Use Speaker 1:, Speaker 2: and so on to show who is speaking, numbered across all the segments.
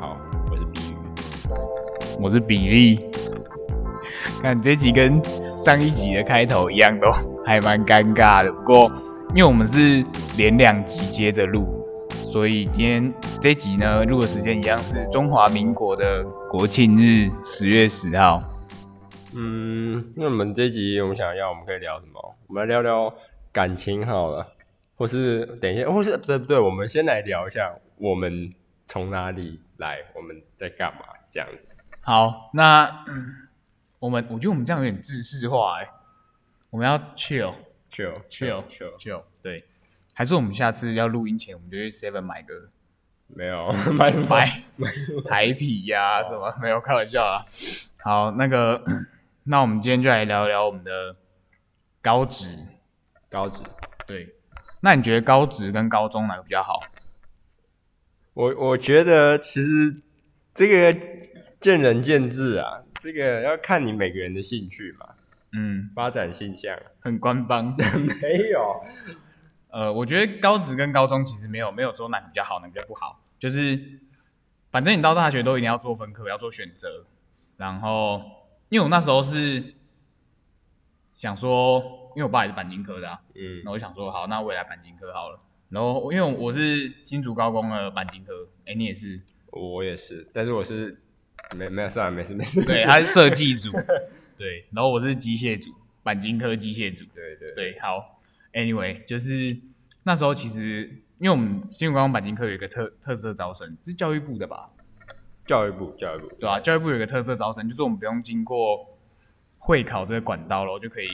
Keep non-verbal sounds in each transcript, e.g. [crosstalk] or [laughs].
Speaker 1: 好，我是比宇。
Speaker 2: 我是比利。看这集跟上一集的开头一样，都还蛮尴尬的。不过，因为我们是连两集接着录，所以今天这集呢录的时间一样是中华民国的国庆日，十月十号。
Speaker 1: 嗯，
Speaker 3: 那我们这一集我们想要，我们可以聊什么？我们来聊聊感情好了，或是等一下，或是不对不对，我们先来聊一下我们从哪里来，我们在干嘛这样子。
Speaker 2: 好，那、嗯我们我觉得我们这样有点制式化哎、我们要 chill
Speaker 3: chill
Speaker 2: chill
Speaker 3: chill，
Speaker 2: chill，对，还是我们下次要录音前，我们就去 Seven 买个
Speaker 3: 没有 [laughs] 买什么
Speaker 2: 买
Speaker 3: 买什么
Speaker 2: 台皮呀、什么，没有开玩笑啊。好，那个， [clears throat] 那我们今天就来聊聊我们的高职。
Speaker 3: 高职。
Speaker 2: 对，那你觉得高职跟高中哪个比较好？
Speaker 3: 我我觉得其实这个见仁见智啊，这个要看你每个人的兴趣嘛，
Speaker 2: 嗯，
Speaker 3: 发展性向
Speaker 2: 很官方。 [laughs]
Speaker 3: 没有。
Speaker 2: 呃，我觉得高职跟高中其实没有没有说哪个比较好，哪个比较不好，就是反正你到大学都一定要做分科，要做选择。然后，因为我那时候是想说，因为我爸也是钣金科的啊，
Speaker 3: 嗯
Speaker 2: 然后我就想说，好，那我也来钣金科好了。然后因为我是新竹高工的钣金科，哎、你也是，
Speaker 3: 我也是，但是我是没没有算了，没事没事。
Speaker 2: 对，他是设计
Speaker 3: [laughs]
Speaker 2: 组，对，然后我是机械组，钣金科机械组，
Speaker 3: 对对
Speaker 2: 对，好，anyway，就是那时候其实因为我们新竹高工钣金科有一个特特色招生，是教育部的吧？
Speaker 3: 教育部教育部
Speaker 2: 对吧、啊教育部有一个特色招生，就是我们不用经过会考这个管道喽，就可以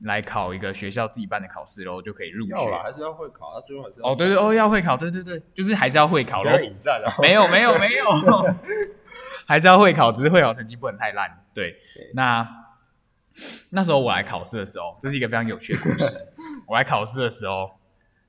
Speaker 2: 来考一个学校自己办的考试喽，就可以入学。
Speaker 3: 要啦，还是要会考，他最后还是要
Speaker 2: 哦，对对哦，要会考，对对对，就是还是要会考
Speaker 3: 考
Speaker 2: 喽
Speaker 3: 要。引战啊，
Speaker 2: 没有没有没有，还是要会考，只是会考成绩不能太烂。对，
Speaker 3: 对
Speaker 2: 那那时候我来考试的时候，这是一个非常有趣的故事。我来考试的时候，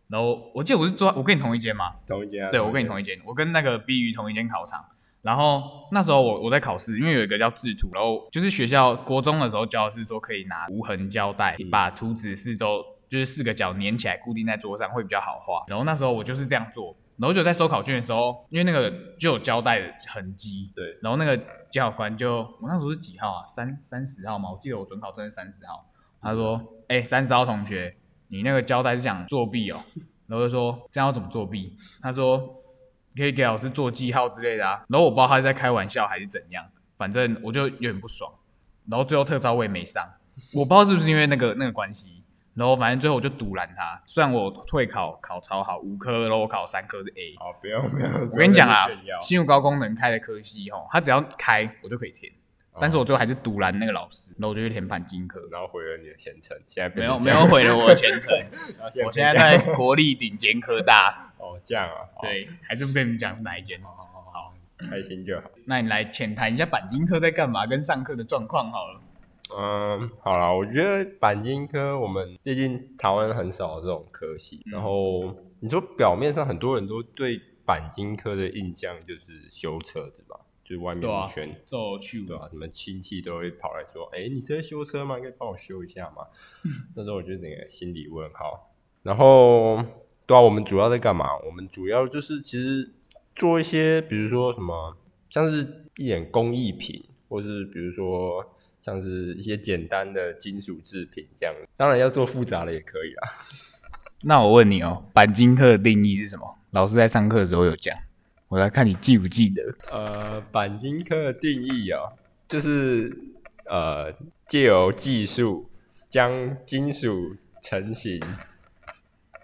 Speaker 2: 然后我记得我是坐，我跟你同一间嘛，
Speaker 3: 同一间啊，
Speaker 2: 对我跟你同
Speaker 3: 一
Speaker 2: 一间，我跟那个 B 鱼同一间考场。然后那时候我我在考试，因为有一个叫制图，然后就是学校国中的时候教的是说可以拿无痕胶带
Speaker 3: 嗯
Speaker 2: 把图纸四周就是四个角粘起来固定在桌上会比较好画。然后那时候我就是这样做，然后就在收考卷的时候，因为那个就有胶带的痕迹，
Speaker 3: 对，
Speaker 2: 然后那个监考官就我那时候是几号啊？三三十号嘛，我记得我准考证是三十号。他说：“哎、3三十号同学，你那个胶带是想作弊哦。”然后我就说：“这样要怎么作弊？”他说：“可以给老师做记号之类的啊。”然后我不知道他是在开玩笑还是怎样，反正我就有点不爽。然后最后特招我也没上，我不知道是不是因为那个那个关系。然后反正最后我就堵拦他，虽然我退考考超好五科，然后我考三科是 A。
Speaker 3: 好，不要不要，
Speaker 2: 我跟你讲啊
Speaker 3: 不要再炫耀，
Speaker 2: 新竹高工能开的科系吼，他只要开我就可以填，但是我最后还是堵拦那个老师，然后我就去填钣金科。
Speaker 3: 然后毁了你的前程，现在
Speaker 2: 没
Speaker 3: 变
Speaker 2: 有
Speaker 3: 成
Speaker 2: 没有毁了我的前程，
Speaker 3: 这样，然后变
Speaker 2: 我现在
Speaker 3: 这样
Speaker 2: 在国立顶尖科大，
Speaker 3: 哦这样啊，好，
Speaker 2: 对，还是不跟你们讲是哪一间。
Speaker 3: 好，开心就好。
Speaker 2: 那你来浅谈一下钣金科在干嘛，跟上课的状况好了。
Speaker 3: 嗯，好啦，我觉得钣金科我们毕竟台湾很少这种科系，
Speaker 2: 嗯
Speaker 3: 然后你说表面上很多人都对钣金科的印象就是修车子吧，就是外面
Speaker 2: 对啊
Speaker 3: 一圈。
Speaker 2: 走去
Speaker 3: 对啊，什么亲戚都会跑来说：“哎、你是在修车吗？可以帮我修一下吗？” [laughs] 那时候我就整个心里问号。然后，对啊，我们主要在干嘛？我们主要就是其实做一些，比如说什么，像是一点工艺品，或是比如说像是一些简单的金属制品这样。当然要做复杂的也可以啊。
Speaker 2: 那我问你哦，钣金科的定义是什么？老师在上课的时候有讲，我来看你记不记得。
Speaker 3: 呃，钣金科的定义啊、就是呃，借由技术将金属成型，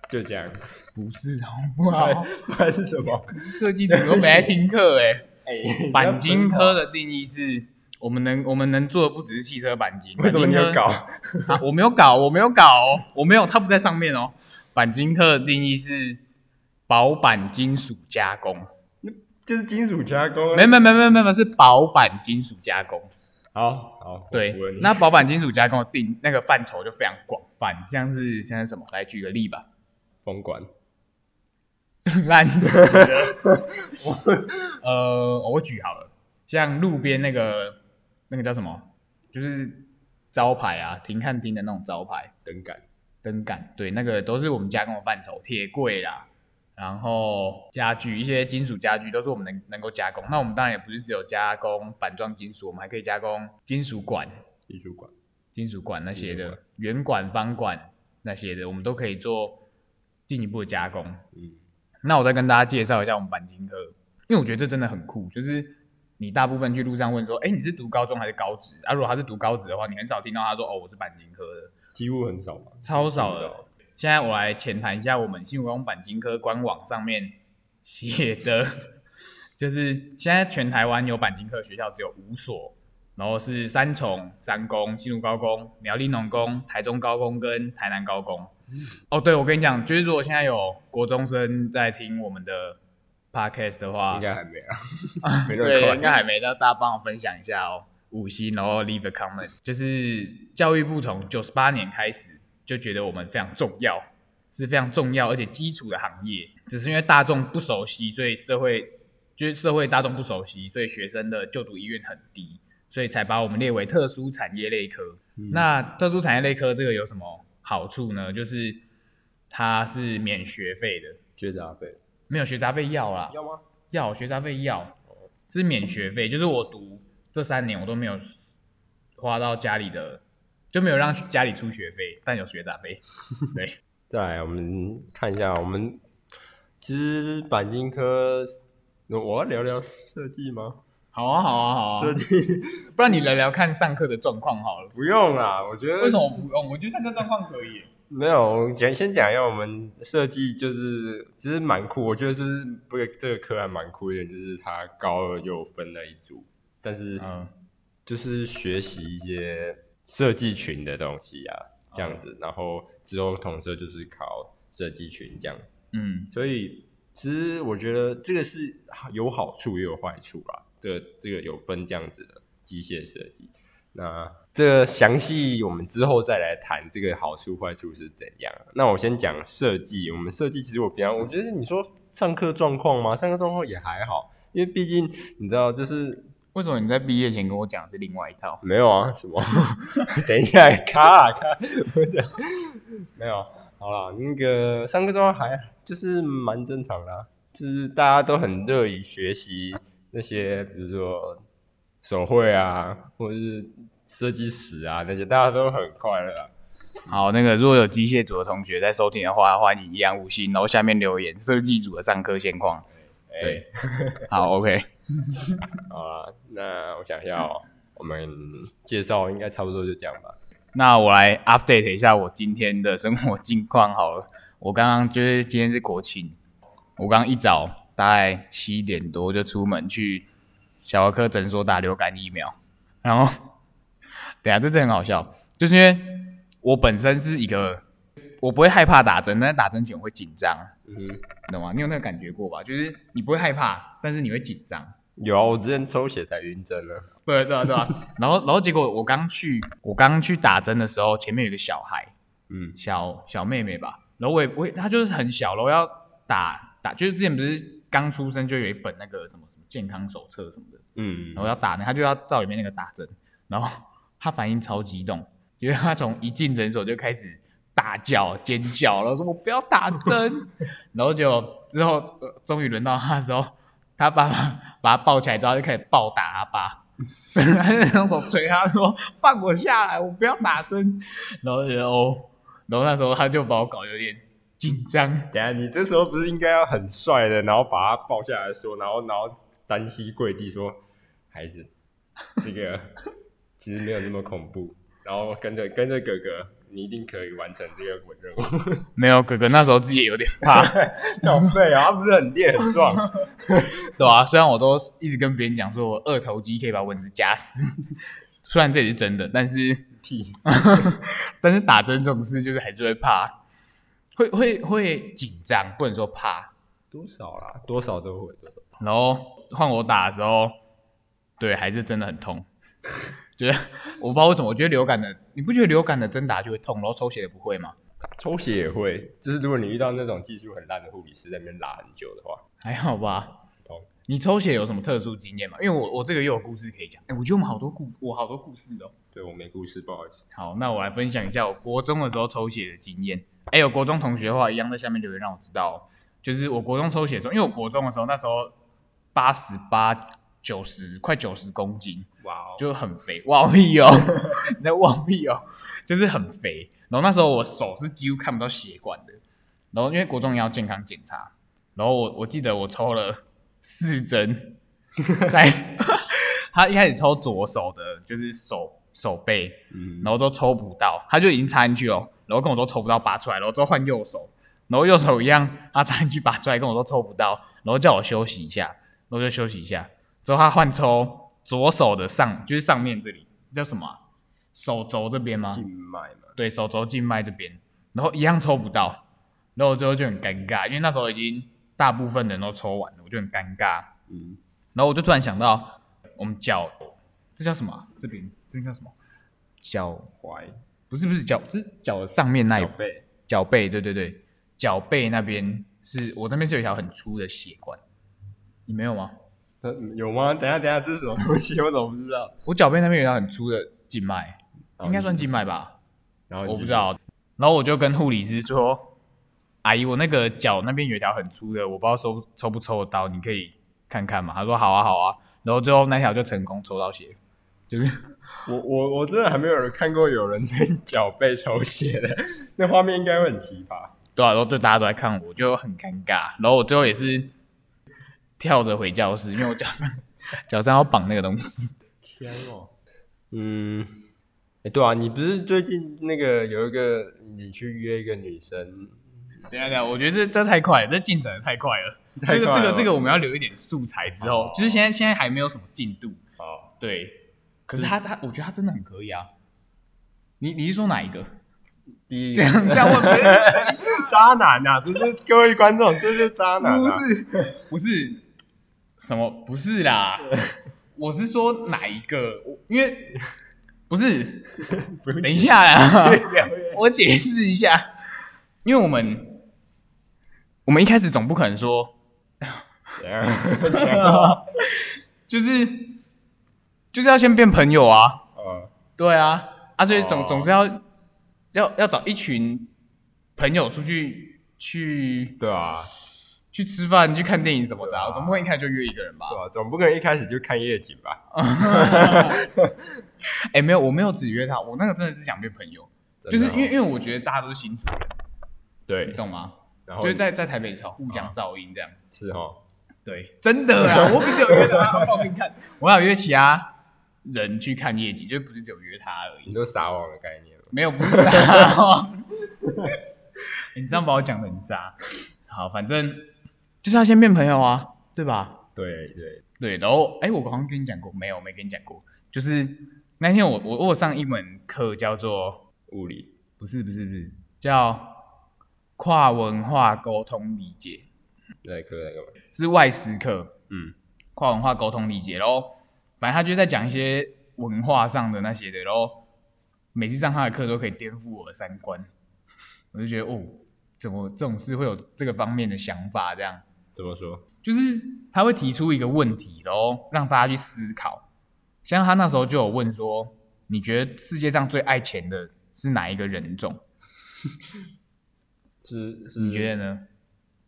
Speaker 3: 就这样，
Speaker 2: 不是哦好不好？
Speaker 3: [laughs] 还是什么？
Speaker 2: 设计组都没来听课哎、
Speaker 3: [laughs] 哎、
Speaker 2: 钣金科的定义是，我们能我们能做的不只是汽车钣金。
Speaker 3: [laughs] 为什么你
Speaker 2: 钣
Speaker 3: 要
Speaker 2: 金科
Speaker 3: 搞？
Speaker 2: [laughs] 啊，我没有搞，我没有搞、哦，我没有，它不在上面哦。钣金科的定义是薄板金属加工，
Speaker 3: 就是金属加工啊。
Speaker 2: 没没没没没没是薄板金属加工。
Speaker 3: 好好，
Speaker 2: 对
Speaker 3: 我问，你
Speaker 2: 那薄板金属加工的定那个范畴就非常广泛，像是像是什么？来举个例吧，
Speaker 3: 风管
Speaker 2: 烂死了。 [laughs] 我呃，我举好了，像路边那个那个叫什么，就是招牌啊，停看厅的那种招牌，
Speaker 3: 灯杆，
Speaker 2: 灯杆，对，那个都是我们加工的范畴，铁柜啦，然后家具一些金属家具都是我们能能够加工。那我们当然也不是只有加工板状金属，我们还可以加工金属管、
Speaker 3: 艺术馆，
Speaker 2: 金属管那些
Speaker 3: 金
Speaker 2: 的
Speaker 3: 属
Speaker 2: 圆管、方管那些的，我们都可以做进一步的加工。
Speaker 3: 嗯，
Speaker 2: 那我再跟大家介绍一下我们钣金科，因为我觉得这真的很酷，就是你大部分去路上问说，哎、你是读高中还是高职啊？如果他是读高职的话，你很少听到他说，哦，我是钣金科的，
Speaker 3: 几乎很少吧，
Speaker 2: 超少
Speaker 3: 听不
Speaker 2: 的
Speaker 3: 到。
Speaker 2: 现在我来浅谈一下我们新武工钣金科官网上面写的， [laughs] 就是现在全台湾有钣金科的学校只有五所，然后是三重、三公、新竹高工、苗栗农工、台中高工跟台南高工。哦，对，我跟你讲，就是如果现在有国中生在听我们的 podcast 的话
Speaker 3: 应，该还没啊，[laughs]
Speaker 2: [laughs]
Speaker 3: 没那么
Speaker 2: 对，
Speaker 3: 快，
Speaker 2: 应该还没，那大家帮我分享一下哦，五星，然后 leave a comment。就是教育部从九十八年开始就觉得我们非常重要，是非常重要而且基础的行业，只是因为大众不熟悉，所以社会就是社会大众不熟悉，所以学生的就读意愿很低，所以才把我们列为特殊产业类科。
Speaker 3: 嗯
Speaker 2: 那特殊产业类科这个有什么好处呢？就是它是免学费的，
Speaker 3: 学杂费
Speaker 2: 没有学杂费要啦。
Speaker 3: 要吗？
Speaker 2: 要学杂费要，是免学费，就是我读这三年我都没有花到家里的，就没有让家里出学费，但有学杂费。对，
Speaker 3: 再来，我们看一下，我们其实钣金科，我要聊聊设计吗？
Speaker 2: 好啊，好啊，好啊
Speaker 3: 设，计。
Speaker 2: 不然你聊聊看上课的状况好了
Speaker 3: 不用啦，我觉得
Speaker 2: 为什么不用？我觉得上课状况可以。
Speaker 3: 没有，我先先讲一下我们设计，就是其实蛮酷，我觉得就是不这个课还蛮酷一点，就是它高二又分了一组，但是
Speaker 2: 嗯，
Speaker 3: 就是学习一些设计群的东西啊，这
Speaker 2: 嗯
Speaker 3: 样子，然后之后统测就是考设计群这样，
Speaker 2: 嗯，
Speaker 3: 所以其实我觉得这个是有好处也有坏处啦，这个这个有分这样子的机械设计。那这个详细我们之后再来谈这个好处坏处是怎样。啊那我先讲设计，我们设计其实我平常我觉得你说上课状况吗？上课状况也还好，因为毕竟你知道就是
Speaker 2: 为什么你在毕业前跟我讲的是另外一套？
Speaker 3: 没有啊，什么？ [laughs] 等一下，咔咔，我的没有。好啦，那个上课状况还就是蛮正常的啊、就是大家都很乐于学习那些，比如说手绘啊，或者是设计史啊那些，大家都很快乐、啊。
Speaker 2: 好，那个如果有机械组的同学在收听的话，欢迎一样五星，然后下面留言设计组的上课现况。
Speaker 3: 哎
Speaker 2: 对， [laughs] 好，OK，
Speaker 3: 好啦，啊那我想一下哦，我们介绍应该差不多就这样吧。
Speaker 2: 那我来 update 一下我今天的生活近况好了。 [laughs] 我刚刚就是今天是国庆，我刚一早大概七点多就出门去小儿科诊所打流感疫苗，然后， [laughs] 等一下这真的很好笑，就是因为我本身是一个我不会害怕打针，但是打针前我会紧张，
Speaker 3: 嗯，
Speaker 2: 你懂吗？你有那个感觉过吧？就是你不会害怕，但是你会紧张。
Speaker 3: 有啊，我之前抽血才晕针了。
Speaker 2: 对啊对对、 [laughs] 然后然后结果我刚去我刚去打针的时候，前面有一个小孩。
Speaker 3: 嗯，
Speaker 2: 小小妹妹吧，然后我也我也她就是很小，然后要打打，就是之前不是刚出生就有一本那个什么什么健康手册什么的，
Speaker 3: 嗯
Speaker 2: 然后要打那她就要照里面那个打针，然后 [laughs] 她反应超激动，因为她从一进诊所就开始大叫尖叫，然后说我不要打针，然后就之后、呃终于轮到她的时候，她爸爸 [laughs] 把她抱起来之后她就开始暴打她爸。 [laughs] 他就用手捶他说：“放我下来，我不要打针。”然后就哦，然后那时候他就把我搞得有点紧张，
Speaker 3: 等一下，你这时候不是应该要很帅的，然后把他抱下来说，然后然后单膝跪地说：“孩子，这个其实没有那么恐怖。”然后跟着跟着哥哥，你一定可以完成这个任务。 [laughs]
Speaker 2: 没有哥哥那时候自己也有点怕，
Speaker 3: 浪费啊，他不是很练很壮？
Speaker 2: 对啊，虽然我都一直跟别人讲说我二头肌可以把蚊子夹死，虽然这也是真的，但是 [laughs]
Speaker 3: 屁！
Speaker 2: 但是打针这种事就是还是会怕，会会会紧张，不能说怕。
Speaker 3: 多少啦？多少都会。多少
Speaker 2: 然后换我打的时候，对，还是真的很痛，觉得我不知道为什么，我觉得流感的，你不觉得流感的针打就会痛，然后抽血的不会吗？
Speaker 3: 抽血也会，就是如果你遇到那种技术很烂的护理师在那边拉很久的话，
Speaker 2: 还好吧
Speaker 3: 痛。
Speaker 2: 你抽血有什么特殊经验吗？因为我我这个又有故事可以讲。哎、我觉得我们好多故，我好多故事哦。
Speaker 3: 对我没故事，不好意思。
Speaker 2: 好，那我来分享一下我国中的时候抽血的经验。哎、有国中同学的话，一样在下面留言让我知道哦。就是我国中抽血的时候，因为我国中的时候那时候八十八九十快九十公斤，
Speaker 1: 哇哦，
Speaker 2: 就很肥，哇屁哦，你在哇屁哦，就是很肥。然后那时候我手是几乎看不到血管的。然后因为国中也要健康检查，然后我我记得我抽了四针，在 [laughs] 他一开始抽左手的，就是手手背，
Speaker 3: 嗯，
Speaker 2: 然后都抽不到，他就已经插进去了，然后跟我说抽不到，拔出来，然后之后换右手，然后右手一样，他插进去拔出来，跟我说抽不到，然后叫我休息一下，然后就休息一下，之后他换抽左手的上，就是上面这里叫什么啊、手肘这边吗？
Speaker 3: 静脉嘛，
Speaker 2: 对手肘静脉这边，然后一样抽不到，然后我最后就很尴尬，因为那时候已经大部分人都抽完了，我就很尴尬。
Speaker 3: 嗯，
Speaker 2: 然后我就突然想到，我们脚这叫什么啊、这边这边叫什么？脚
Speaker 3: 踝、
Speaker 2: 不是不是脚，是脚的上面那一
Speaker 3: 脚背，
Speaker 2: 脚背，对对对，脚背那边是我那边是有一条很粗的血管，你没有吗？
Speaker 3: [laughs] 呃有吗？等一下等一下，这是什么东西？我 [laughs] 怎么不知道？
Speaker 2: 我脚背那边有一条很粗的静脉，
Speaker 3: 哦
Speaker 2: 应该算静脉吧？
Speaker 3: 然后你
Speaker 2: 我
Speaker 3: 就
Speaker 2: 不知，道。然后我就跟护理师说：“阿姨，我那个脚那边有一条很粗的，我不知道抽抽不抽得到，你可以看看嘛。”他说：“好啊，好啊。”然后最后那条就成功抽到血，就是
Speaker 3: 我我我真的还没有人看过有人在 [laughs] 脚背抽血的，那画面应该会很奇葩。
Speaker 2: 对啊，然后就大家都在看我，就很尴尬。然后我最后也是跳着回教室，因为我脚上脚上要绑那个东西。
Speaker 3: 天哦，嗯，哎，对啊，你不是最近那个有一个你去约一个女生，
Speaker 2: 等一下，等一下，我觉得这这太快了，这进展的太快了。
Speaker 3: 太
Speaker 2: 这个
Speaker 3: 快
Speaker 2: 这
Speaker 3: 了
Speaker 2: 个这个，我们要留一点素材之后，
Speaker 3: 哦
Speaker 2: 就是现在现在还没有什么进度。
Speaker 3: 哦，
Speaker 2: 对，可是他他，我觉得他真的很可以啊。你你是说哪一个？ [laughs]
Speaker 3: 第一
Speaker 2: 这样这样问别 [laughs] 人
Speaker 3: 渣男呐、啊，这是各位观众，这是渣男、啊，
Speaker 2: 不是不是什么不是啦？我是说哪一个？我因为不是，
Speaker 3: 不用
Speaker 2: 等一下啊啦，
Speaker 3: [laughs] 聊耶
Speaker 2: [laughs] 我解释一下，因为我们我们一开始总不可能说
Speaker 3: 怎样？怎样？
Speaker 2: 就是就是要先变朋友啊，
Speaker 3: 呃，
Speaker 2: 对啊，啊，所以总、
Speaker 3: 哦
Speaker 2: 总是要要要找一群朋友出去去
Speaker 3: 对啊，
Speaker 2: 去吃饭、去看电影什么的、啊，
Speaker 3: 对啊
Speaker 2: 总不会一开始就约一个人吧？
Speaker 3: 对啊，总不可能一开始就看夜景吧？
Speaker 2: 哎、没有，我没有只约他，我那个真的是想变朋友，就是因为因为我觉得大家都是新主人，
Speaker 3: 哦对
Speaker 2: 你，懂吗？
Speaker 3: 然后
Speaker 2: 就是在在台北吵，互
Speaker 3: 啊
Speaker 2: 相照应这样。
Speaker 3: 是哦，
Speaker 2: 对，真的 [laughs] 啊，我不只有约他，我给你看，我想约其他人去看夜景，就不是只有约他而已
Speaker 3: 你。都撒网的概念了。
Speaker 2: 没有，不是 [laughs] 啊。你这样把我讲的很渣。好，反正就是要先变朋友啊，对吧？
Speaker 3: 对对，
Speaker 2: 对，然后哎、我好像跟你讲过，没有，没跟你讲过。就是那天我我我有上一门课叫做
Speaker 3: 物理
Speaker 2: 不是不是不是叫跨文化沟通理解，
Speaker 3: 那科那个嘛，
Speaker 2: 是外师课，
Speaker 3: 嗯，
Speaker 2: 跨文化沟通理解。然后反正他就是在讲一些文化上的那些的，然后每次上他的课都可以颠覆我的三观， [laughs] 我就觉得哦，怎么这种事会有这个方面的想法？这样
Speaker 3: 怎么说？
Speaker 2: 就是他会提出一个问题，然后让大家去思考。像他那时候就有问说，你觉得世界上最爱钱的是哪一个人种？
Speaker 3: 是是
Speaker 2: 你觉得呢？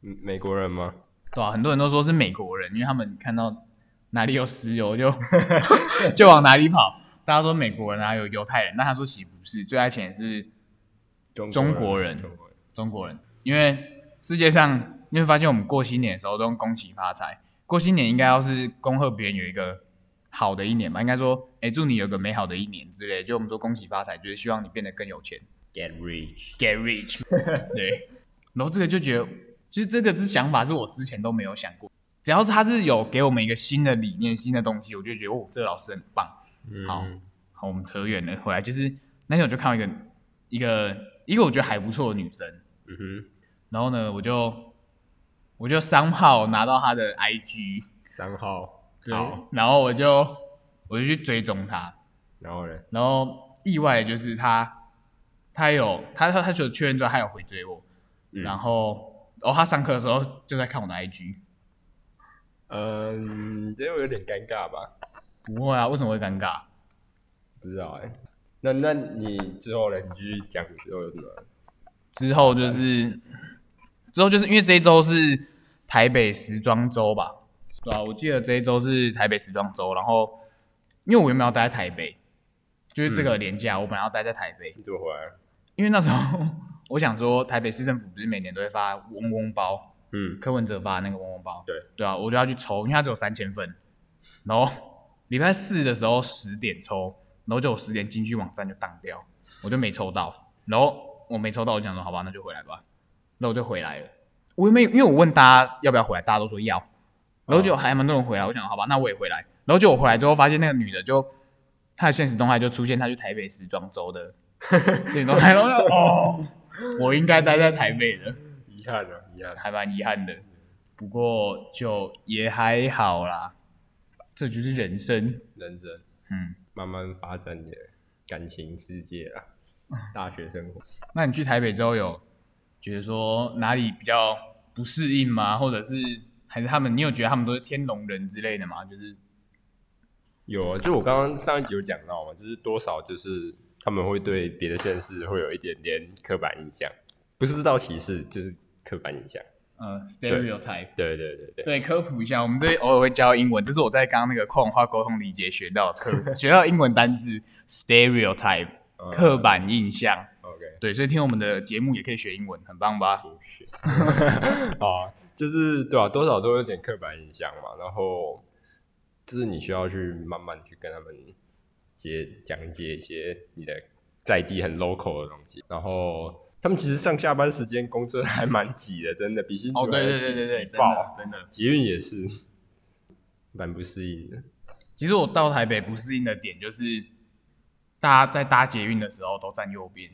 Speaker 3: 嗯美国人吗？
Speaker 2: 对啊，很多人都说是美国人，因为他们看到哪里有石油就 [laughs] 就往哪里跑。大家说美国人啊，有犹太人，那他说其实不是，最爱钱的是
Speaker 3: 中
Speaker 2: 中国
Speaker 3: 国
Speaker 2: 人
Speaker 3: 中国人，
Speaker 2: 中国人，因为世界上你会发现，我们过新年的时候都用恭喜发财，过新年应该要是恭贺别人有一个好的一年吧，应该说，哎、祝你有个美好的一年之类，就我们说恭喜发财，就是希望你变得更有钱。
Speaker 3: get rich，
Speaker 2: get rich，对。然后这个就觉得，其实这个是想法是我之前都没有想过。只要是他是有给我们一个新的理念、新的东西，我就觉得哦，这个老师很棒。好
Speaker 3: 嗯
Speaker 2: 好，我们扯远了，回来就是那天我就看到一个一个一个我觉得还不错的女生，
Speaker 3: 嗯哼，
Speaker 2: 然后呢，我就我就商号拿到她的 IG，
Speaker 3: 三号，
Speaker 2: 好
Speaker 3: 好，，
Speaker 2: 然后我就我就去追踪她，
Speaker 3: 然后呢？
Speaker 2: 然后意外的就是他，他有他他他就确认之后，他有回追我，
Speaker 3: 嗯
Speaker 2: 然后然后他上课的时候就在看我的 IG，
Speaker 3: 嗯，这有点尴尬吧？
Speaker 2: 不会啊，为什么会尴尬？
Speaker 3: 不知道哎。那那你之后呢？你继续讲之后有什么？
Speaker 2: 之后就是之后就是因为这一周是台北时装周吧，对啊，我记得这一周是台北时装周，然后因为我原本要待在台北，就是这个年假、我本来要待在台北，
Speaker 3: 你怎么回来？
Speaker 2: 因为那时候 [laughs] 我想说台北市政府不是每年都会发嗡嗡包，
Speaker 3: 嗯，
Speaker 2: 柯文哲发的那个嗡嗡包，
Speaker 3: 对
Speaker 2: 对啊，我就要去抽，因为它只有三千份，然后礼拜四的时候十点抽，然后就我十点进去网站就当掉，我就没抽到，然后我没抽到，我就想说好吧，那就回来吧，那我就回来了，我也没有因为我问大家要不要回来，大家都说要，然后就还蛮多人回来，我想好吧，那我也回来，然后就我回来之后发现那个女的就她的现实动态就出现她去台北时装周的现实动态，然后我就哦，我应该待在台北的。
Speaker 3: [laughs] 遗憾啊，遗憾。
Speaker 2: 还蛮遗憾的。不过就也还好啦，这就是人生。
Speaker 3: 认真
Speaker 2: 嗯，
Speaker 3: 慢慢发展你的感情世界
Speaker 2: [laughs]
Speaker 3: 啦，大学生活。
Speaker 2: 那你去台北之后有觉得说哪里比较不适应吗？或者是还是他们，你有觉得他们都是天龙人之类的吗？就是
Speaker 3: 有啊，就我刚刚上一集有讲到嘛，就是多少就是他们会对别的县市会有一点点刻板印象，不是自道歧视，就是刻板印象。
Speaker 2: 呃，stereotype。
Speaker 3: 对对对对，
Speaker 2: 对，科普一下，我们这里偶尔会教英文，这是我在刚刚那个跨文化沟通理解学到的课，学到英文单字 stereotype
Speaker 3: 嗯
Speaker 2: 刻板印象。
Speaker 3: OK，
Speaker 2: 对，所以听我们的节目也可以学英文，很棒吧？
Speaker 3: 不是 [laughs] 啊，就是对啊，多少都有点刻板印象嘛，然后就是你需要去慢慢去跟他们解讲解一些你的在地很 local 的东西，然后。他们其实上下班时间公车还蛮挤的，真的比新竹
Speaker 2: 哦，
Speaker 3: 还
Speaker 2: 对
Speaker 3: 要
Speaker 2: 对
Speaker 3: 挤
Speaker 2: 对对对，
Speaker 3: 挤
Speaker 2: 真
Speaker 3: 爆。
Speaker 2: 的真的。
Speaker 3: 捷运也是，蛮不适应的。
Speaker 2: 其实我到台北不适应的点就是，大家在搭捷运的时候都站右边，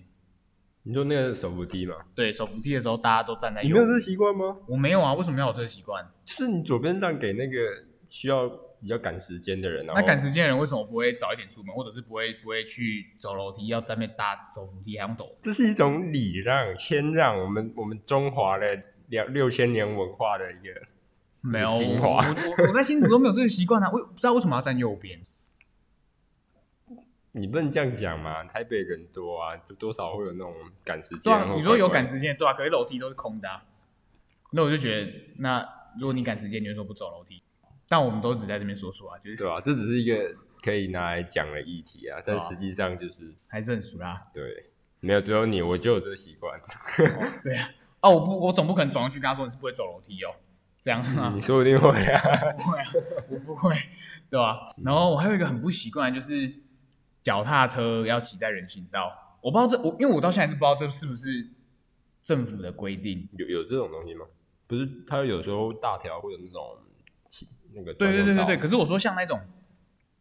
Speaker 3: 你说那个手扶梯嘛，
Speaker 2: 对，手扶梯的时候大家都站在
Speaker 3: 你
Speaker 2: 右
Speaker 3: 没有
Speaker 2: 边。
Speaker 3: 这个习惯哦吗？
Speaker 2: 我没有啊，为什么要有这个习惯？
Speaker 3: 就是你左边让给那个需要比较赶时间的人，然后
Speaker 2: 那赶时间的人为什么不会早一点出门，或者是不会不会去走楼梯，要在那边搭手扶梯还用走？
Speaker 3: 这是一种礼让、谦让，我们我们中华的两六千年文化的一个，
Speaker 2: 没有，我
Speaker 3: 嗯精
Speaker 2: 我
Speaker 3: 华
Speaker 2: 我 [laughs] 我在新竹都没有这个习惯啊，我也不知道为什么要站右边。
Speaker 3: 你不能这样讲嘛。台北人多啊，就多少会有那种赶时
Speaker 2: 对
Speaker 3: 间。
Speaker 2: 啊，你说有赶
Speaker 3: 时
Speaker 2: 时间，对啊，可是楼梯都是空的、啊，那我就觉得，那如果你赶时间，你就说不走楼梯。但我们都只在这边说说啊，就是
Speaker 3: 对啊，这只是一个可以拿来讲的议题啊，但
Speaker 2: 对啊
Speaker 3: 实际上就是
Speaker 2: 还是很熟啦、
Speaker 3: 对，没有只有你，我就有这个习惯。
Speaker 2: 对啊，啊，我不，我总不可能转过去跟他说你是不会走楼梯哦，这样啊
Speaker 3: [laughs] 你，说不定会啊。
Speaker 2: [laughs] 不会啊，我不会，对吧、然后我还有一个很不习惯，就是脚踏车要骑在人行道，我不知道这我，因为我到现在是不知道这是不是政府的规定。
Speaker 3: 有有这种东西吗？不是，它有时候大条会有那种骑那个
Speaker 2: 对
Speaker 3: 专
Speaker 2: 对对
Speaker 3: 用
Speaker 2: 对
Speaker 3: 道
Speaker 2: 对，可是我说像那种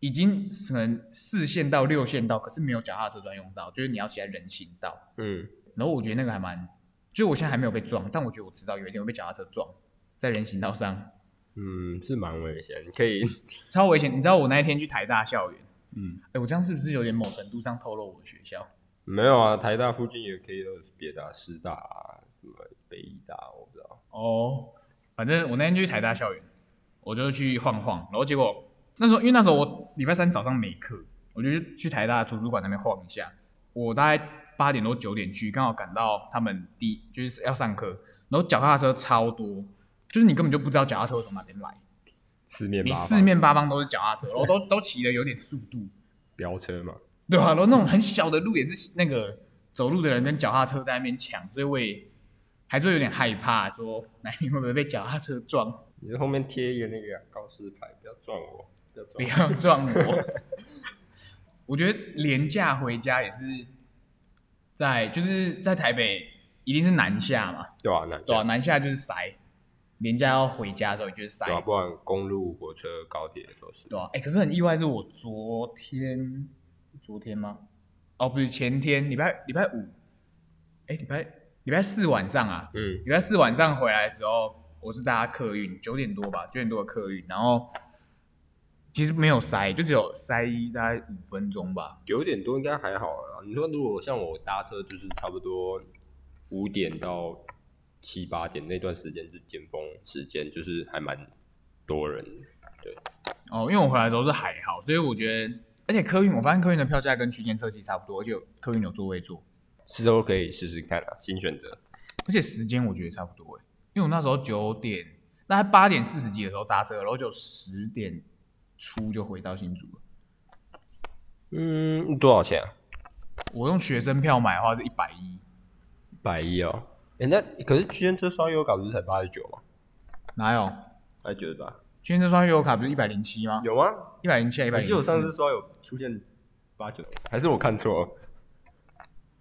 Speaker 2: 已经可能四线道、六线道，可是没有脚踏车专用道，就是你要骑在人行道，
Speaker 3: 嗯，
Speaker 2: 然后我觉得那个还蛮，就我现在还没有被撞，但我觉得我迟早有一天会被脚踏车撞在人行道上。
Speaker 3: 嗯，是蛮危险，可以， [laughs]
Speaker 2: 超危险！你知道我那一天去台大校园，
Speaker 3: 嗯，
Speaker 2: 哎、我这样是不是有点某程度上透露我的学校？
Speaker 3: 没有啊，台大附近也可以有别的啊师大啊，什么北医大，啊我不知道，
Speaker 2: 哦，反正我那天就去台大校园，我就去晃晃，然后结果那时候因为那时候我礼拜三早上没课，我就去台大图书馆那边晃一下。我大概八点多九点去，刚好赶到他们第就是要上课，然后脚踏车超多，就是你根本就不知道脚踏车会从哪边来，
Speaker 3: 四面
Speaker 2: 你
Speaker 3: 八方
Speaker 2: 四面八方都是脚踏车，然后都都骑的有点速度，
Speaker 3: 飙车嘛，
Speaker 2: 对啊，然后那种很小的路也是那个走路的人跟脚踏车在那边抢，所以我也还是会有点害怕，说哪一天会不会被脚踏车撞？
Speaker 3: 你在后面贴一个那个啊告示牌，不要撞我，不要
Speaker 2: 不
Speaker 3: 撞我，
Speaker 2: 要撞我。我觉得廉价回家也是在就是在台北一定是南下嘛，
Speaker 3: 对啊，那
Speaker 2: 对啊，南下就是塞，廉价要回家的时候也就是塞，
Speaker 3: 对啊，不然公路、火车、高铁都是，
Speaker 2: 对啊，哎、可是很意外，是我昨天，昨天吗？哦，不是前天，礼拜礼拜五，哎、礼拜礼拜四晚上啊，
Speaker 3: 嗯
Speaker 2: 礼拜四晚上回来的时候，我是搭客运，九点多吧，九点多的客运，然后其实没有塞，就只有塞大概五分钟吧。
Speaker 3: 九点多应该还好啦。你说如果像我搭车，就是差不多五点到七八点那段时间是尖峰时间，就是还蛮多人的。
Speaker 2: 哦，因为我回来的时候是还好，所以我觉得，而且客运，我发现客运的票价跟区间车其实差不多，而且有客运有座位坐，
Speaker 3: 是时候可以试试看啊，新选择。
Speaker 2: 而且时间我觉得差不多哎、因为我那时候九点，大概八点四十几的时候搭车，然后就十点出就回到新竹了。
Speaker 3: 嗯，多少钱啊？
Speaker 2: 我用学生票买的话是一百一，
Speaker 3: 一百一哦。哎、那可是区间车刷油卡不是才八十九吗？
Speaker 2: 哪有？
Speaker 3: 还九十八？
Speaker 2: 今天这张悠游卡不是一百零七吗？
Speaker 3: 有吗？
Speaker 2: 一百零七，一百
Speaker 3: 我
Speaker 2: 零
Speaker 3: 记得我上次
Speaker 2: 四。
Speaker 3: 刷有出现八九，还是我看错了？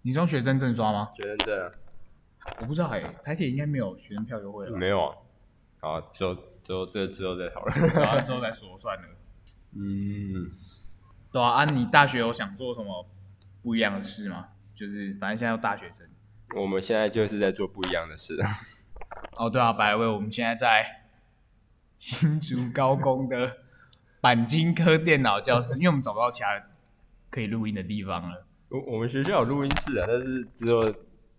Speaker 2: 你是用学生证刷吗？
Speaker 3: 学生证啊、
Speaker 2: 我不知道哎、台铁应该没有学生票优惠了吧。
Speaker 3: 没有啊？好，之后之后这之后再讨论。
Speaker 2: 嗯然后之后再说算了。
Speaker 3: [laughs] 嗯，
Speaker 2: [laughs] 对啊，啊，你大学有想做什么不一样的事吗？就是反正现在都大学生。
Speaker 3: 我们现在就是在做不一样的事。 [laughs]
Speaker 2: 哦，对啊，百位，我们现在在新竹高工的钣金科电脑教室，因为我们找不到其他可以录音的地方了。
Speaker 3: 我我们学校有录音室啊，但是之后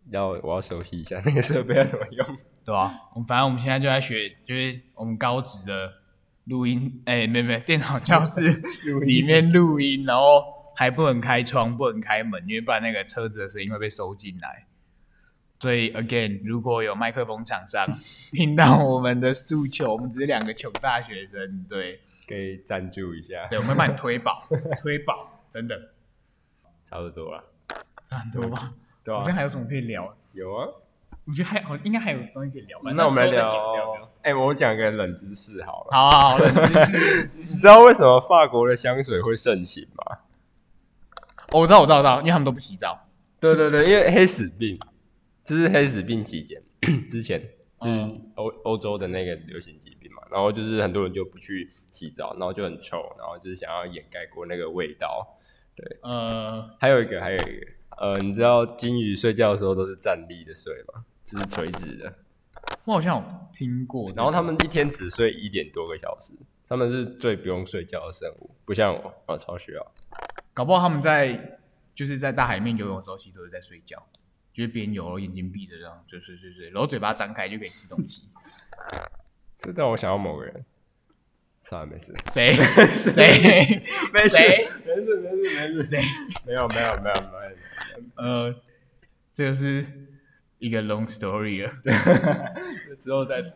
Speaker 3: 要我要熟悉一下那个设备要怎么用。
Speaker 2: 对啊，我们反正我们现在就在学，就是我们高职的录音，哎、没没电脑教室
Speaker 3: 录音
Speaker 2: 里面录音，然后还不能开窗，不能开门，因为不然那个车子的声音会被收进来。所以，again，如果有麦克风厂商 [laughs] 听到我们的诉求，我们只是两个穷大学生，对
Speaker 3: 可以赞助一下，
Speaker 2: 对，我们会帮你
Speaker 3: [laughs]
Speaker 2: 推保，推保，真的
Speaker 3: 差不多了。
Speaker 2: 差很多吧？
Speaker 3: 对
Speaker 2: 好像
Speaker 3: 啊，
Speaker 2: 还有什么可以聊？
Speaker 3: 有啊。
Speaker 2: 我觉得还好，应该还有东西可以聊吧。
Speaker 3: 那我们来
Speaker 2: 之后再剪
Speaker 3: 聊。哎、我讲个冷知识好了。
Speaker 2: 好好好，冷知识，冷
Speaker 3: [laughs]
Speaker 2: 知
Speaker 3: 你
Speaker 2: 识。
Speaker 3: 知道为什么法国的香水会盛行吗？
Speaker 2: 哦，我知道，我知道，我知道，因为他们都不洗澡。
Speaker 3: 对对对，因为黑死病，这是黑死病期间之前，就是欧欧洲的那个流行疾病嘛。然后就是很多人就不去洗澡，然后就很臭，然后就是想要掩盖过那个味道。
Speaker 2: 呃，
Speaker 3: 还有一个，还有一个，呃，你知道金鱼睡觉的时候都是站立的睡吗？这是垂直的。
Speaker 2: 我好像有听过这个、
Speaker 3: 然后他们一天只睡一点多个小时，他们是最不用睡觉的生物，不像我，我超需要。
Speaker 2: 搞不好他们在就是在大海里面游泳的时候，其实都是在睡觉，就是边游然后眼睛闭着这样，就睡睡睡，然后嘴巴张开就可以吃东西。
Speaker 3: 这让我想到某个人。算了，没事，
Speaker 2: 谁谁
Speaker 3: 没事，
Speaker 2: 谁
Speaker 3: 没事，没事，没事，
Speaker 2: 谁？
Speaker 3: 没有，没有，没有，没有。
Speaker 2: 呃，这就是一个 long story 了。
Speaker 3: 之后再 [laughs] 谈。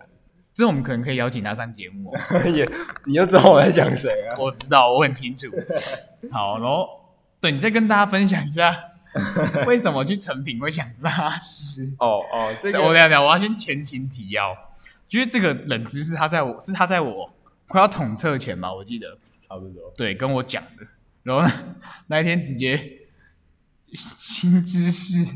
Speaker 2: 这我们可能可以邀请他上节目、哦。
Speaker 3: 也，你又知道我在讲谁啊？
Speaker 2: 我知道，我很清楚。好，然后对你再跟大家分享一下，为什么去成品会想拉屎。
Speaker 3: 哦哦，这
Speaker 2: 这我
Speaker 3: 个
Speaker 2: 等一下等一下，我要先前情提要，就是这个冷知识，他在我是他在我快要统测前吧，我记得
Speaker 3: 差不多。
Speaker 2: 对跟我讲的，然后呢那一天直接新知识，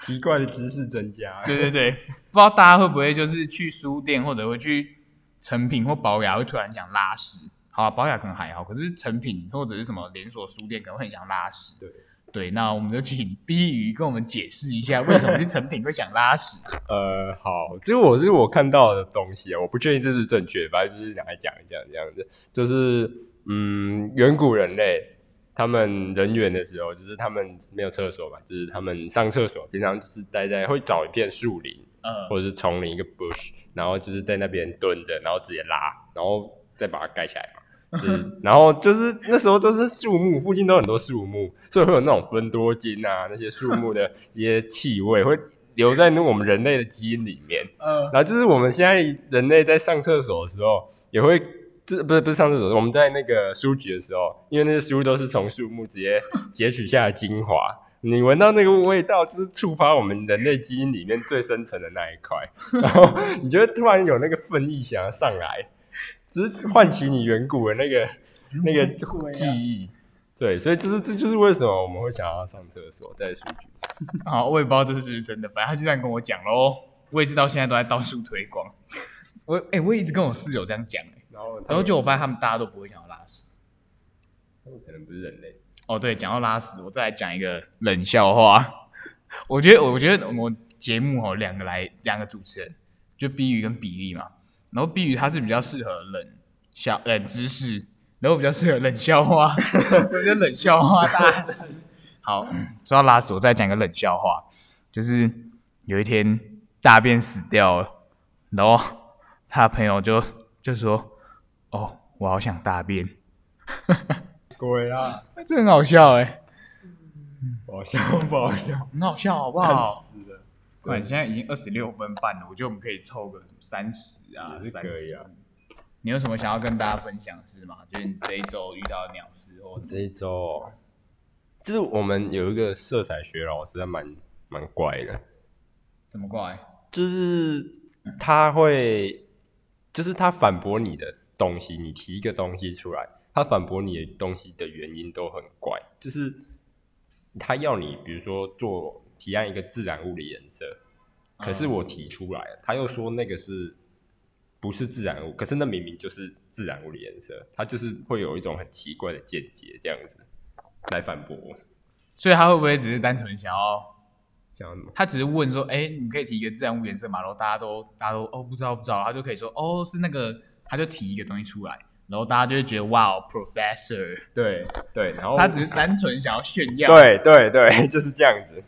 Speaker 3: 奇怪的知识增加。
Speaker 2: 对对对，不知道大家会不会就是去书店或者会去成品或宝雅会突然想拉屎，好、啊，宝雅可能还好，可是成品或者是什么连锁书店可能会很想拉屎，
Speaker 3: 对
Speaker 2: 对，那我们就请 B 鱼跟我们解释一下为什么去成品会想拉屎，
Speaker 3: 呃，好，这我是我看到的东西啊，我不确定这是正确，反正就是拿来讲一讲这样子。就是嗯，远古人类他们人猿的时候，就是他们没有厕所嘛，就是他们上厕所平常就是待在会找一片树林
Speaker 2: 呃，
Speaker 3: 或者是丛林一个 bush，然后就是在那边蹲着，然后直接拉，然后再把它盖起来嘛。就是，然后就是那时候都是树木，附近都很多树木，所以会有那种芬多精啊，那些树木的一些气味会留在那我们人类的基因里面。
Speaker 2: 呃，
Speaker 3: 然后就是我们现在人类在上厕所的时候，也会就是不是不是上厕所，我们在那个书局的时候，因为那些书都是从树木直 [laughs] 接截取下来的精华，你闻到那个味道，就是触发我们人类基因里面最深层的那一块，然 [laughs] 后你就会突然有那个愤意想要上来，只是唤起你 [laughs] 远古啊的那个那个记忆。对，所以就是这就是为什么我们会想要上厕所，在书局。
Speaker 2: 好，我也不知道这是不是真的，反正他就这样跟我讲喽。我也是到现在都在到处推广。我哎、我也一直跟我室友这样讲、欸，
Speaker 3: 然后他
Speaker 2: 然后
Speaker 3: 们
Speaker 2: 就我发现他们大家都不会想要拉屎。
Speaker 3: 他们可能不是人类，
Speaker 2: 哦，对，讲到拉屎，我再来讲一个冷笑话。我觉得，我觉得我节目哦，两个来两个主持人，就碧宇跟比利嘛。然后碧宇他是比较适合冷笑冷知识，然后我比较适合冷笑话， [laughs] 我觉得冷笑话大师。好，说到拉屎，我再讲一个冷笑话，就是有一天大便死掉了，然后他朋友就就说：“哦，我好想大便。
Speaker 3: 鬼 [laughs] 啊！”
Speaker 2: 这很好笑哎、
Speaker 3: 不好笑，不好笑，
Speaker 2: 很好笑，好不
Speaker 3: 烂 [laughs]
Speaker 2: 好？
Speaker 3: 死了。
Speaker 2: 快，现在已经二十六分半了，我觉得我们可以凑个三十啊，
Speaker 3: 也是
Speaker 2: 三
Speaker 3: 可以
Speaker 2: 十、
Speaker 3: 啊。
Speaker 2: 你有什么想要跟大家分享的事吗？就是你这一周遇到的鸟事，或者
Speaker 3: 这一周哦，就是我们有一个色彩学老师，他蛮蛮怪的，
Speaker 2: 怎么过来？
Speaker 3: 就是他会，就是他反驳你的东西，你提一个东西出来，他反驳你的东西的原因都很怪，就是他要你，比如说做提案一个自然物的颜色，可是我提出来了，他又说那个是不是自然物？可是那明明就是自然物的颜色，他就是会有一种很奇怪的见解，这样子来反驳我。
Speaker 2: 所以他会不会只是单纯想要？
Speaker 3: 这样吗？
Speaker 2: 他只是问说：“哎、你可以提一个自然物颜色嘛？”然后大家都大家都哦不知道不知道，他就可以说：“哦是那个。”他就提一个东西出来，然后大家就会觉得：“哇哦，professor！”
Speaker 3: 对对，然后
Speaker 2: 他只是单纯想要炫耀。，
Speaker 3: 对对对， [laughs] 就是这样子。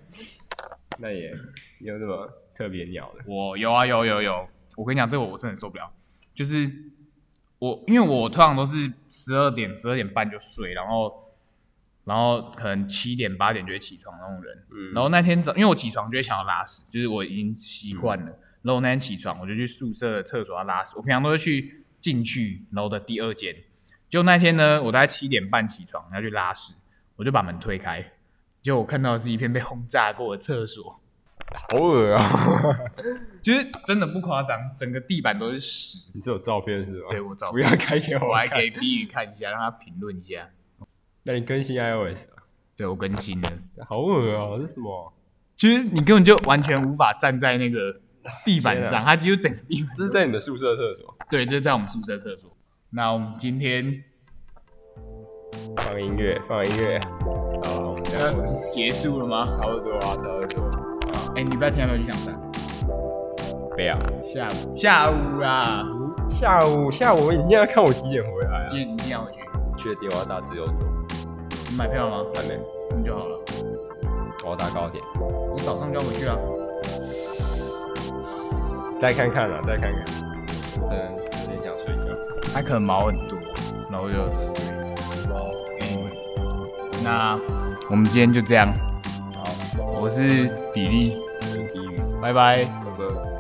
Speaker 3: 那也你有什么特别鸟的？
Speaker 2: 我有啊有有有，我跟你讲，这个我真的受不了。就是我，因为我通常都是十二点、十二点半就睡，然后然后可能七点、八点就会起床那种人。
Speaker 3: 嗯
Speaker 2: 然后那天早，因为我起床就会想要拉屎，就是我已经习惯了。然后我那天起床，我就去宿舍的厕所要拉屎。我平常都会去进去楼的第二间，就那天呢，我大概七点半起床要去拉屎，我就把门推开，结果我看到的是一片被轰炸过的厕所。
Speaker 3: 好恶啊！ [laughs]
Speaker 2: 就是真的不夸张，整个地板都是屎。
Speaker 3: 你这有照片是吗？
Speaker 2: 对我找
Speaker 3: 不要开给
Speaker 2: 我
Speaker 3: 我
Speaker 2: 还
Speaker 3: 看。
Speaker 2: 给 B 宇看一下，让他评论一下。
Speaker 3: 那你更新 iOS 啊
Speaker 2: 对我更新了，
Speaker 3: 好恶啊！这是什么？
Speaker 2: 其实你根本就完全无法站在那个地板
Speaker 3: 天
Speaker 2: 上，
Speaker 3: 啊
Speaker 2: 它几乎整个地板。
Speaker 3: 这是在你的宿舍厕所
Speaker 2: 对，这是在我们宿舍厕所。那我们今天
Speaker 3: 放音乐，放音乐。好，我们这样
Speaker 2: 结束了吗？
Speaker 3: 差不多啊，差不多。
Speaker 2: 哎、你礼拜天要不要去象山？
Speaker 3: 不要。
Speaker 2: 下午，下午啦，
Speaker 3: 下午，下午你一定要看我几点回来啊
Speaker 2: 今？天一定要回去。
Speaker 3: 确定我要搭自由座？
Speaker 2: 你买票了吗？
Speaker 3: 还没，
Speaker 2: 那就好了。
Speaker 3: 我要搭高铁。
Speaker 2: 我早上就要回去了。
Speaker 3: 再看看啊，再看看。可能有点嗯想睡觉。
Speaker 2: 他可能毛很多，然后就嗯，那我们今天就这样。
Speaker 3: 好，
Speaker 2: 我是比利，
Speaker 3: 我低语。
Speaker 2: 拜拜。
Speaker 3: 拜拜。